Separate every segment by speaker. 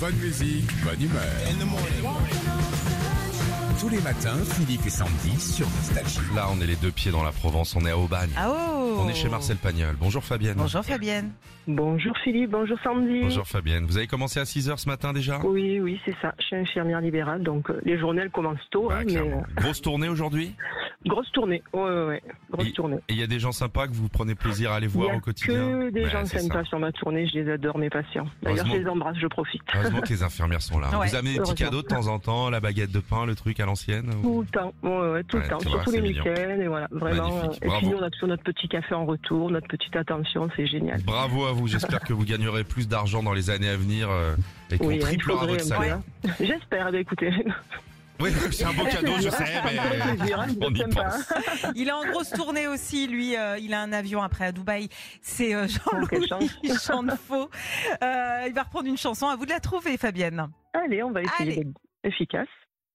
Speaker 1: Bonne musique, bonne humeur. Tous les matins, Philippe et Sandy sur Nostalgie.
Speaker 2: Là, on est les deux pieds dans la Provence, on est à Aubagne.
Speaker 3: Ah oh
Speaker 2: On est chez Marcel Pagnol. Bonjour Fabienne.
Speaker 3: Bonjour Fabienne.
Speaker 4: Bonjour Philippe, bonjour Sandy.
Speaker 2: Bonjour Fabienne. Vous avez commencé à 6h ce matin déjà
Speaker 4: Oui, oui, c'est ça. Je suis infirmière libérale, donc euh, les journées elles commencent tôt.
Speaker 2: Bah,
Speaker 4: hein, mais
Speaker 2: clairement. Grosse tournée aujourd'hui
Speaker 4: euh, grosse tournée, ouais, ouais, ouais, grosse tournée.
Speaker 2: Et il y a des gens sympas que vous prenez plaisir à aller
Speaker 4: Il y
Speaker 2: voir
Speaker 4: a
Speaker 2: au quotidien
Speaker 4: que des
Speaker 2: Ouais,
Speaker 4: gens
Speaker 2: c'est ça.
Speaker 4: sympas sur ma tournée, je les adore mes patients. D'ailleurs, je
Speaker 2: Heureusement.
Speaker 4: les embrasse, je profite.
Speaker 2: Heureusement que les infirmières sont là.
Speaker 3: Ouais,
Speaker 2: Vous avez des petits
Speaker 4: heureusement.
Speaker 2: cadeaux de temps en temps, la baguette de pain, le truc à l'ancienne ou-
Speaker 4: Tout le temps, ouais, ouais, ouais, tout
Speaker 2: Hum. Ouais,
Speaker 4: le temps,
Speaker 2: c'est vrai,
Speaker 4: surtout les
Speaker 2: c'est mignon.
Speaker 4: week-ends, et voilà, vraiment.
Speaker 2: Magnifique,
Speaker 4: euh, et puis
Speaker 2: bravo.
Speaker 4: nous, on a toujours notre petit café en retour, notre petite attention, c'est génial.
Speaker 2: Bravo à vous, j'espère que vous gagnerez plus d'argent dans les années à venir euh, et qu'on
Speaker 4: Oui, hein, il
Speaker 2: triplera
Speaker 4: faudrait
Speaker 2: votre
Speaker 4: un peu,
Speaker 2: salaire.
Speaker 4: hein. J'espère, eh bien, écoutez.
Speaker 2: Oui, c'est un beau cadeau, je sais, mais euh,
Speaker 4: Ça me fait plaisir, hein,
Speaker 2: on y
Speaker 4: sympa, hein.
Speaker 2: pense.
Speaker 3: Il est en grosse tournée aussi, lui. euh, il a un avion après à Dubaï. C'est euh,
Speaker 4: Oh, quelle
Speaker 3: Jean-Louis
Speaker 4: chance.
Speaker 3: Chantefaux. Euh, il va reprendre une chanson. À vous de la trouver, Fabienne.
Speaker 4: Allez, on va essayer
Speaker 3: Allez.
Speaker 4: d'être efficace.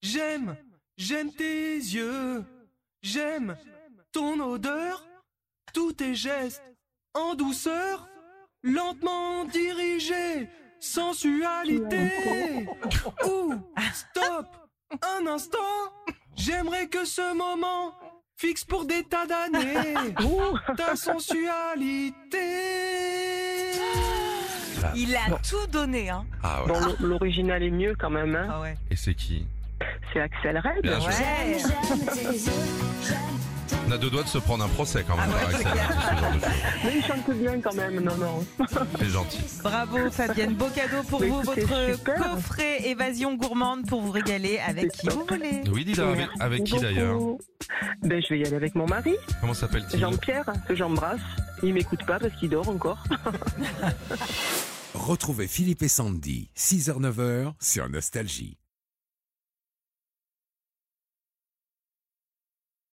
Speaker 5: J'aime, j'aime tes yeux, j'aime ton odeur, tous tes gestes en douceur, lentement dirigés, sensualité. Ouh, stop, un instant, j'aimerais que ce moment fixe pour des tas d'années
Speaker 4: Ouh,
Speaker 5: ta sensualité.
Speaker 3: Il a tout donné, hein.
Speaker 2: Ah ouais.
Speaker 4: bon, l'o- l'original est mieux quand même, hein.
Speaker 3: Ah ouais.
Speaker 2: Et c'est qui
Speaker 4: c'est Axel Red.
Speaker 2: Bien joué.
Speaker 3: Ouais.
Speaker 2: On a deux doigts de se prendre un procès quand même.
Speaker 3: Ah
Speaker 2: par
Speaker 3: ouais, c'est
Speaker 2: Axel,
Speaker 3: clair.
Speaker 2: hein, ce genre de choses.
Speaker 4: Mais il chante bien quand même, non, non.
Speaker 2: C'est gentil.
Speaker 3: Bravo Fabienne, beau cadeau pour
Speaker 4: Mais
Speaker 3: vous,
Speaker 4: Bah, écoutez,
Speaker 3: votre
Speaker 4: super.
Speaker 3: coffret évasion gourmande pour vous régaler avec qui vous voulez.
Speaker 2: Oui, dis donc, avec, avec qui
Speaker 4: Merci
Speaker 2: d'ailleurs
Speaker 4: beaucoup. Ben, je vais y aller avec mon mari,
Speaker 2: Comment s'appelle-t-il
Speaker 4: Jean-Pierre, que j'embrasse. Il m'écoute pas parce qu'il dort encore.
Speaker 1: Retrouvez Philippe et Sandy, 6h-9h sur Nostalgie.